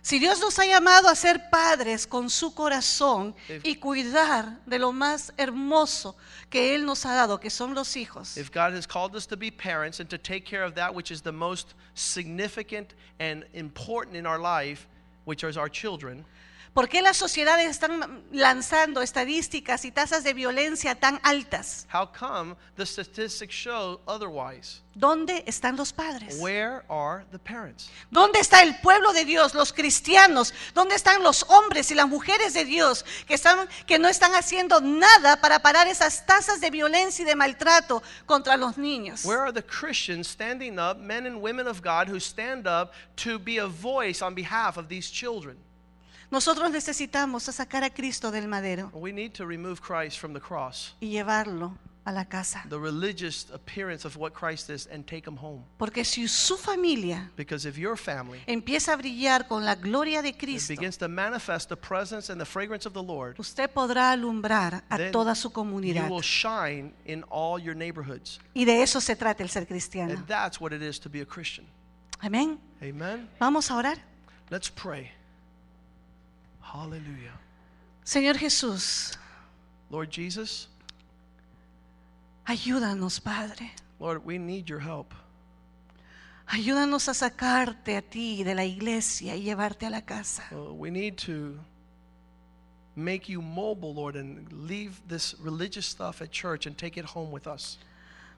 [SPEAKER 1] Si Dios nos ha llamado a ser padres con su corazón y cuidar de lo más hermoso que Él nos ha dado, que son los hijos,
[SPEAKER 2] If God has called us to be parents and to take care of that which is the most significant and important in our life, which is our children,
[SPEAKER 1] ¿Por qué las sociedades están lanzando estadísticas y tasas de violencia tan altas?
[SPEAKER 2] How come the statistics show otherwise?
[SPEAKER 1] ¿Dónde están los padres?
[SPEAKER 2] Where are the parents?
[SPEAKER 1] ¿Dónde está el pueblo de Dios, los cristianos? ¿Dónde están los hombres y las mujeres de Dios que, están, que no están haciendo nada para parar esas tasas de violencia y de maltrato contra los niños?
[SPEAKER 2] Where are the Christians standing up, men and women of God who stand up to be a voice on behalf of these children?
[SPEAKER 1] Nosotros necesitamos a sacar a Cristo del madero
[SPEAKER 2] We need to remove Christ from the cross,
[SPEAKER 1] y llevarlo a la casa.
[SPEAKER 2] the religious appearance of what Christ is, and take him home.
[SPEAKER 1] Porque si su familia
[SPEAKER 2] Because if your family
[SPEAKER 1] empieza a brillar con la gloria de Cristo,
[SPEAKER 2] begins to manifest the presence and the fragrance of the Lord,
[SPEAKER 1] usted podrá alumbrar a
[SPEAKER 2] then
[SPEAKER 1] toda su
[SPEAKER 2] you
[SPEAKER 1] comunidad.
[SPEAKER 2] will shine in all your neighborhoods.
[SPEAKER 1] Y de eso se trata el ser cristiano.
[SPEAKER 2] And that's what it is to be a Christian.
[SPEAKER 1] Amén.
[SPEAKER 2] Amen.
[SPEAKER 1] Vamos a orar.
[SPEAKER 2] Let's pray. Hallelujah.
[SPEAKER 1] Señor Jesús,
[SPEAKER 2] Lord Jesus,
[SPEAKER 1] ayúdanos, Padre.
[SPEAKER 2] Lord, we need your help.
[SPEAKER 1] Ayúdanos a sacarte a ti de la iglesia y llevarte a la casa.
[SPEAKER 2] Uh, we need to make you mobile, Lord, and leave this religious stuff at church and take it home with us.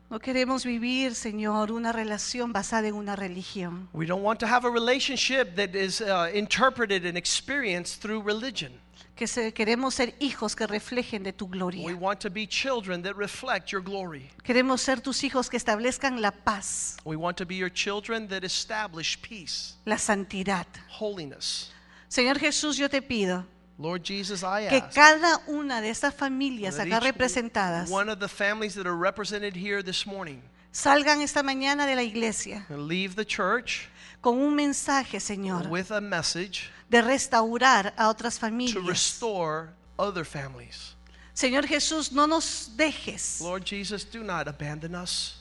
[SPEAKER 1] No queremos vivir, Señor, una relación basada en una religión.
[SPEAKER 2] We don't want to have a relationship that is uh, interpreted and experienced through religion.
[SPEAKER 1] Que se- queremos ser hijos que reflejen de tu
[SPEAKER 2] We
[SPEAKER 1] gloria.
[SPEAKER 2] want to be children that reflect your glory.
[SPEAKER 1] Queremos ser tus hijos que establezcan la paz,
[SPEAKER 2] We want to be your children that establish peace,
[SPEAKER 1] la santidad.
[SPEAKER 2] holiness.
[SPEAKER 1] Señor Jesús, yo te pido
[SPEAKER 2] Lord Jesus, I
[SPEAKER 1] que
[SPEAKER 2] ask
[SPEAKER 1] cada una de estas familias
[SPEAKER 2] that
[SPEAKER 1] acá
[SPEAKER 2] each
[SPEAKER 1] representadas
[SPEAKER 2] one of the families that are represented here this morning
[SPEAKER 1] salgan esta mañana de la iglesia
[SPEAKER 2] leave the church
[SPEAKER 1] con un mensaje, Señor,
[SPEAKER 2] with a message
[SPEAKER 1] de restaurar a otras
[SPEAKER 2] to
[SPEAKER 1] familias.
[SPEAKER 2] restore other families.
[SPEAKER 1] Señor Jesús, no nos dejes
[SPEAKER 2] Lord Jesus, do not abandon us.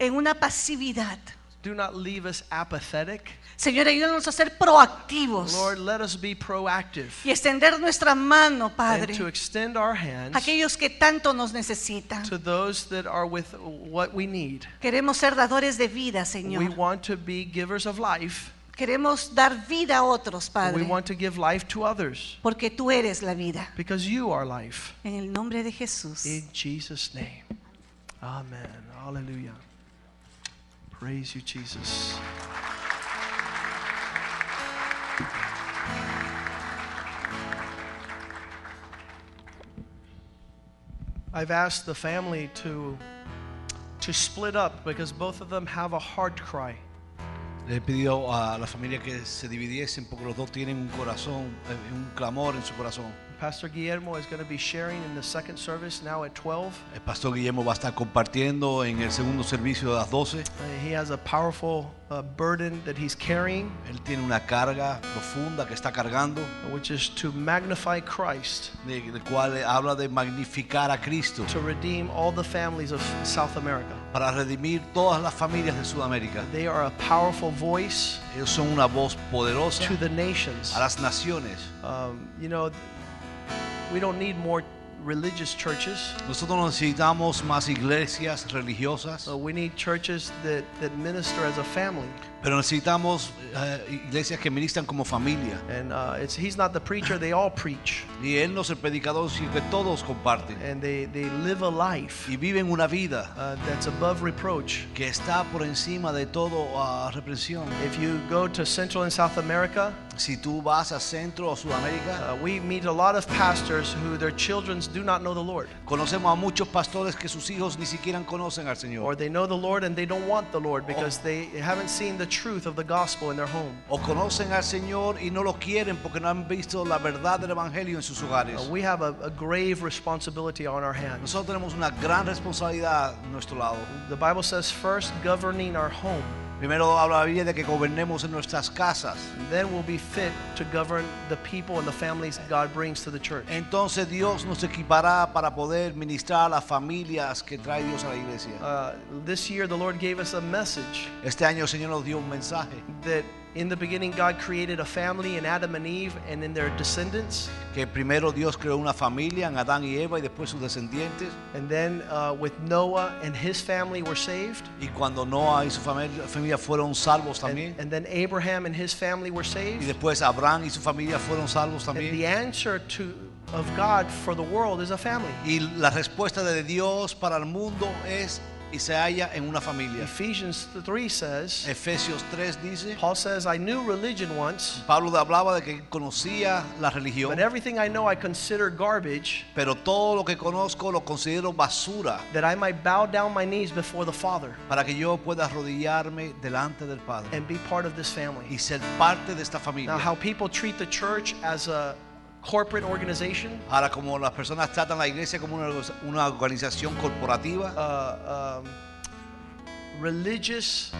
[SPEAKER 1] en una pasividad.
[SPEAKER 2] Do not leave us apathetic.
[SPEAKER 1] Señor, ayúdanos a ser proactivos
[SPEAKER 2] Lord, let us be proactive
[SPEAKER 1] y extender nuestra mano,
[SPEAKER 2] and to
[SPEAKER 1] Padre,
[SPEAKER 2] extend our hands
[SPEAKER 1] a aquellos que tanto nos necesitan.
[SPEAKER 2] to those that are with what we need.
[SPEAKER 1] Queremos ser dadores de vida,
[SPEAKER 2] We
[SPEAKER 1] Señor.
[SPEAKER 2] want to be givers of life.
[SPEAKER 1] Queremos dar vida a otros,
[SPEAKER 2] We
[SPEAKER 1] Padre,
[SPEAKER 2] want to give life to others
[SPEAKER 1] porque tú eres la vida.
[SPEAKER 2] because you are life.
[SPEAKER 1] En el nombre de Jesús.
[SPEAKER 2] In Jesus' name. Amen. Hallelujah. Praise you, Jesus. I've asked the family to to split up because both of them have a heart cry.
[SPEAKER 3] Le he pedido a la familia que se dividiesen porque los dos tienen un corazón, eh, un clamor en su corazón.
[SPEAKER 2] Pastor Guillermo is going to be sharing in the second service now at 12.
[SPEAKER 3] El pastor Guillermo va a estar compartiendo en el segundo servicio de las 12.
[SPEAKER 2] Uh, He has a powerful uh, burden that he's carrying,
[SPEAKER 3] Él tiene una carga profunda que está cargando,
[SPEAKER 2] which is to magnify Christ.
[SPEAKER 3] de, del cual habla de magnificar a Cristo
[SPEAKER 2] to redeem all the families of South America.
[SPEAKER 3] para redimir todas las familias de Sudamérica.
[SPEAKER 2] They are a powerful voice
[SPEAKER 3] Ellos son una voz poderosa
[SPEAKER 2] to the nations.
[SPEAKER 3] a las naciones.
[SPEAKER 2] Um, you know, we don't need more religious churches.
[SPEAKER 3] Nosotros necesitamos más iglesias religiosas,
[SPEAKER 2] Uh, we need churches that, that minister as a family.
[SPEAKER 3] pero necesitamos eh, iglesias que ministran como familia.
[SPEAKER 2] And uh, it's, he's not the preacher, they all preach.
[SPEAKER 3] Y él no es el predicador, sino que todos comparten.
[SPEAKER 2] And they, they live a life
[SPEAKER 3] Y viven una vida
[SPEAKER 2] uh, that's above reproach.
[SPEAKER 3] que está por encima de todo ah, represión.
[SPEAKER 2] If you go to Central and South America,
[SPEAKER 3] Si tú vas a Centro o Sudamérica,
[SPEAKER 2] uh, we meet a lot of pastors who their children do not know the Lord,
[SPEAKER 3] conocemos a muchos pastores que sus hijos ni siquiera conocen al
[SPEAKER 2] or
[SPEAKER 3] Señor.
[SPEAKER 2] they know the Lord and they don't want the Lord because they haven't seen the truth of the gospel in their home.
[SPEAKER 3] O conocen al Señor y no lo quieren porque no han visto la verdad del Evangelio en sus hogares.
[SPEAKER 2] Uh, we have a, a grave responsibility on our hands.
[SPEAKER 3] Nosotros tenemos una gran responsabilidad a nuestro lado.
[SPEAKER 2] The Bible says, first governing our home,
[SPEAKER 3] Primero habla la Biblia de que gobernemos en nuestras casas.
[SPEAKER 2] then we'll be fit to govern the people and the families God brings to the church.
[SPEAKER 3] Entonces Dios nos equipará para poder ministrar a las familias que trae Dios a la iglesia.
[SPEAKER 2] Uh, this year, the Lord gave us a message
[SPEAKER 3] Este año el Señor nos dio un mensaje
[SPEAKER 2] that In the beginning, God created a family in Adam and Eve and in their descendants.
[SPEAKER 3] que primero Dios creó una familia en Adán y Eva y después sus descendientes.
[SPEAKER 2] And then uh, with Noah and his family were saved.
[SPEAKER 3] Y cuando Noah y su familia, familia fueron salvos
[SPEAKER 2] And,
[SPEAKER 3] también.
[SPEAKER 2] and then Abraham and his family were
[SPEAKER 3] y
[SPEAKER 2] saved.
[SPEAKER 3] después Abraham y su familia fueron salvos
[SPEAKER 2] And the
[SPEAKER 3] también.
[SPEAKER 2] answer to, of God for the world is a family.
[SPEAKER 3] Y la respuesta de Dios para el mundo es y se halla en una familia.
[SPEAKER 2] Ephesians 3 says,
[SPEAKER 3] Efesios 3 dice,
[SPEAKER 2] Paul says, I knew religion once,
[SPEAKER 3] Pablo hablaba de que conocía la religión,
[SPEAKER 2] but everything I know I consider garbage
[SPEAKER 3] pero todo lo que conozco lo considero basura
[SPEAKER 2] that I might bow down my knees before the Father
[SPEAKER 3] para que yo pueda arrodillarme delante del Padre
[SPEAKER 2] and be part of this
[SPEAKER 3] y
[SPEAKER 2] family.
[SPEAKER 3] ser parte de esta
[SPEAKER 2] Now, how
[SPEAKER 3] familia.
[SPEAKER 2] people treat the church as a corporate organization,
[SPEAKER 3] Ahora, como las personas tratan la iglesia como una, orga- una organización corporativa,
[SPEAKER 2] uh, um, religious,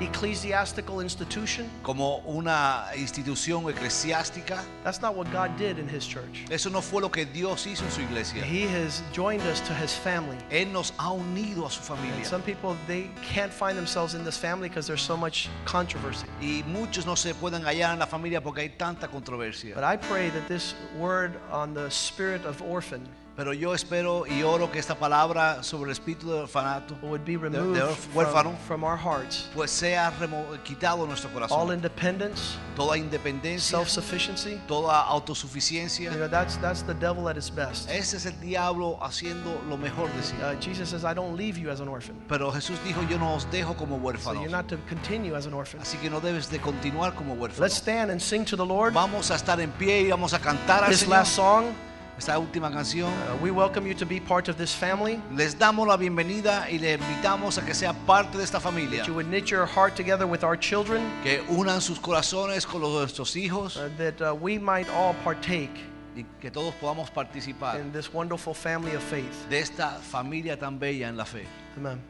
[SPEAKER 2] ecclesiastical institution,
[SPEAKER 3] como una institución eclesiástica,
[SPEAKER 2] that's not what God did in His church.
[SPEAKER 3] eso no fue lo que Dios hizo en su iglesia.
[SPEAKER 2] He has joined us to His family.
[SPEAKER 3] Él nos ha unido a su
[SPEAKER 2] And
[SPEAKER 3] familia.
[SPEAKER 2] some people, they can't find themselves in this family because there's so much controversy.
[SPEAKER 3] Y muchos no se pueden hallar en la familia porque hay tanta
[SPEAKER 2] But
[SPEAKER 3] controversia.
[SPEAKER 2] I pray that this word on the spirit of orphan
[SPEAKER 3] Pero yo espero y oro que esta palabra sobre el espíritu del orfanato
[SPEAKER 2] would be
[SPEAKER 3] de- de
[SPEAKER 2] removed
[SPEAKER 3] orf-
[SPEAKER 2] from,
[SPEAKER 3] huérfano
[SPEAKER 2] from our hearts.
[SPEAKER 3] pues sea remo- quitado de nuestro
[SPEAKER 2] All
[SPEAKER 3] corazón.
[SPEAKER 2] independence,
[SPEAKER 3] Toda independencia,
[SPEAKER 2] self sufficiency,
[SPEAKER 3] toda
[SPEAKER 2] you
[SPEAKER 3] autosuficiencia.
[SPEAKER 2] know, that's, that's the devil at his best.
[SPEAKER 3] Ese es el diablo haciendo lo mejor de sí.
[SPEAKER 2] Uh, Jesus says, I don't leave you as an orphan.
[SPEAKER 3] Pero Jesús dijo, yo no os dejo
[SPEAKER 2] So
[SPEAKER 3] como
[SPEAKER 2] you're
[SPEAKER 3] huérfanos.
[SPEAKER 2] not to continue as an orphan.
[SPEAKER 3] Así que no debes de continuar como
[SPEAKER 2] Let's
[SPEAKER 3] huérfanos.
[SPEAKER 2] stand and sing to the Lord.
[SPEAKER 3] Vamos a estar en pie y vamos a cantar al
[SPEAKER 2] This
[SPEAKER 3] Señor.
[SPEAKER 2] last song,
[SPEAKER 3] Esta última canción.
[SPEAKER 2] uh, we welcome you to be part of this family.
[SPEAKER 3] Les damos la bienvenida y les invitamos a que sea parte de esta familia.
[SPEAKER 2] That you would knit your heart together with our children,
[SPEAKER 3] Que unan sus corazones con los de nuestros hijos
[SPEAKER 2] uh, that uh, we might all partake
[SPEAKER 3] y que todos podamos participar
[SPEAKER 2] in this wonderful family of faith.
[SPEAKER 3] de esta familia tan bella en la fe.
[SPEAKER 2] Amen.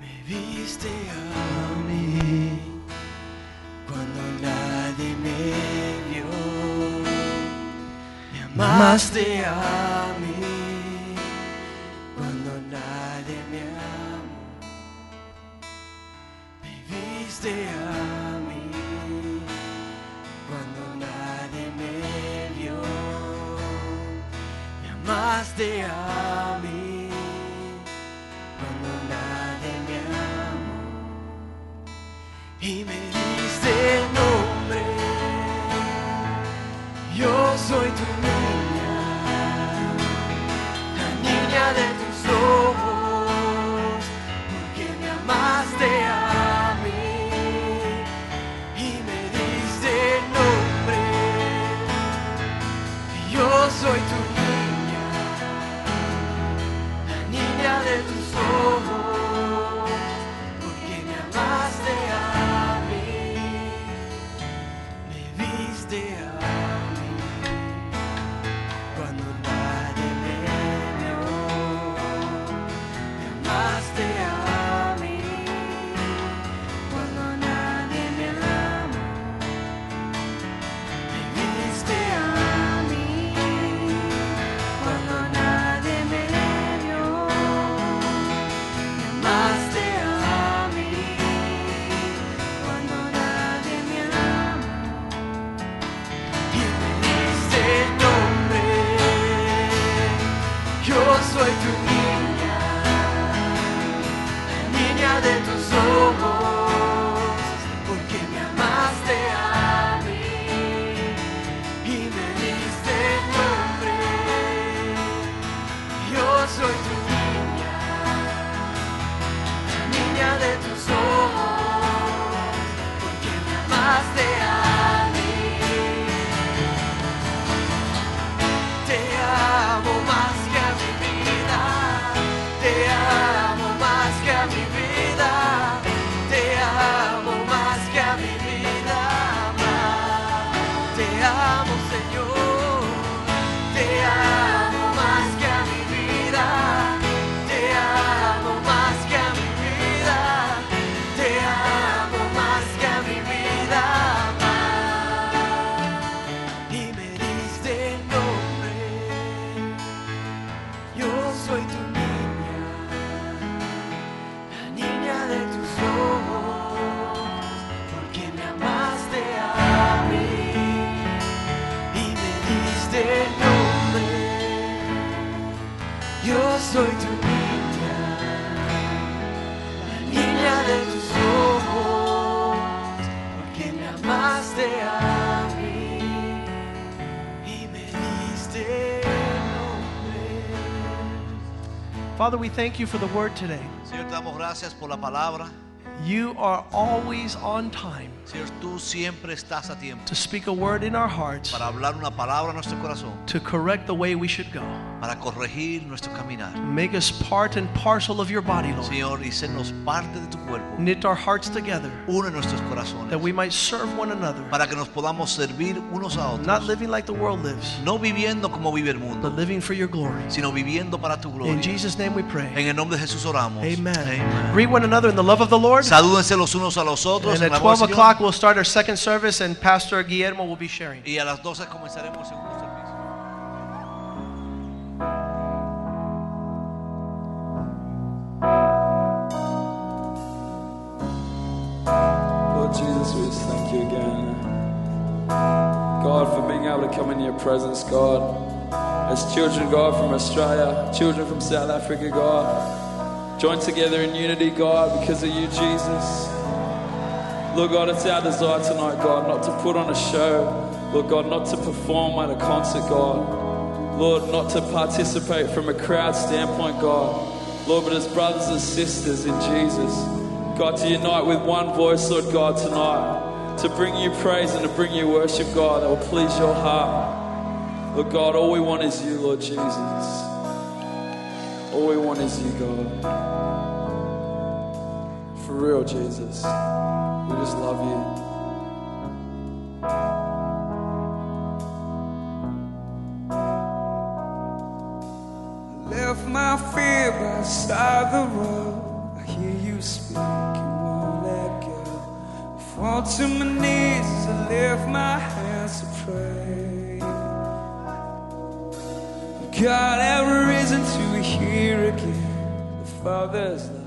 [SPEAKER 4] Me viste a mí cuando nadie me vio. Me amaste a mí cuando nadie me amó. Me viste a mí cuando nadie me vio. Me amaste a mí cuando nadie me amó y me diste nombre. Yo soy tu niña, la niña de tus ojos, porque me amaste a mí y me diste nombre. Yo soy tu niña la niña de tus ojos, porque me amaste a mí, me viste a mí, cuando nadie me vio, me amaste a mí, soy tu niña, la niña de tus ojos, porque me amaste a mí y me diste nombre.
[SPEAKER 2] Father, we thank you for the word today.
[SPEAKER 3] Señor, te damos gracias por la palabra.
[SPEAKER 2] You are always on time
[SPEAKER 3] Señor, tú siempre estás a tiempo
[SPEAKER 2] to speak a word in our hearts
[SPEAKER 3] para hablar una palabra a nuestro corazón,
[SPEAKER 2] to correct the way we should go.
[SPEAKER 3] para corregir nuestro caminar.
[SPEAKER 2] Make us part and parcel of your body, Lord.
[SPEAKER 3] Señor, y sernos parte de tu cuerpo.
[SPEAKER 2] Knit our hearts together
[SPEAKER 3] Une nuestros
[SPEAKER 2] that we
[SPEAKER 3] corazones
[SPEAKER 2] might serve one another,
[SPEAKER 3] para que nos podamos servir unos a
[SPEAKER 2] not
[SPEAKER 3] otros.
[SPEAKER 2] living like the world lives,
[SPEAKER 3] No viviendo como vive el mundo,
[SPEAKER 2] but living for your glory.
[SPEAKER 3] sino viviendo para tu
[SPEAKER 2] In
[SPEAKER 3] gloria.
[SPEAKER 2] Jesus' name we pray.
[SPEAKER 3] En el nombre de Jesús oramos.
[SPEAKER 2] Amen.
[SPEAKER 3] Amen.
[SPEAKER 2] Greet one another in the love of the Lord.
[SPEAKER 3] Salúdense los unos a los otros.
[SPEAKER 2] And
[SPEAKER 3] en el
[SPEAKER 2] at
[SPEAKER 3] amor del
[SPEAKER 2] 12
[SPEAKER 3] Señor.
[SPEAKER 2] o'clock, we'll start our second service, and Pastor Guillermo will be sharing.
[SPEAKER 3] Y a las 12 comenzaremos el segundo servicio.
[SPEAKER 5] Lord Jesus, we just thank you again. God, for being able to come into your presence, God. As children, God, from Australia, children from South Africa, God, joined together in unity, God, because of you, Jesus. Lord God, it's our desire tonight, God, not to put on a show. Lord God, not to perform at a concert, God. Lord, not to participate from a crowd standpoint, God. Lord, but as brothers and sisters in Jesus, God, to unite with one voice, Lord God, tonight, to bring you praise and to bring you worship, God, that will please your heart. Lord God, all we want is you, Lord Jesus. All we want is you, God. For real, Jesus. We just love you. Left my fear beside the road. I hear you speak and won't let go. I fall to my knees, I lift my hands to pray. God, every reason to hear again the Father's love.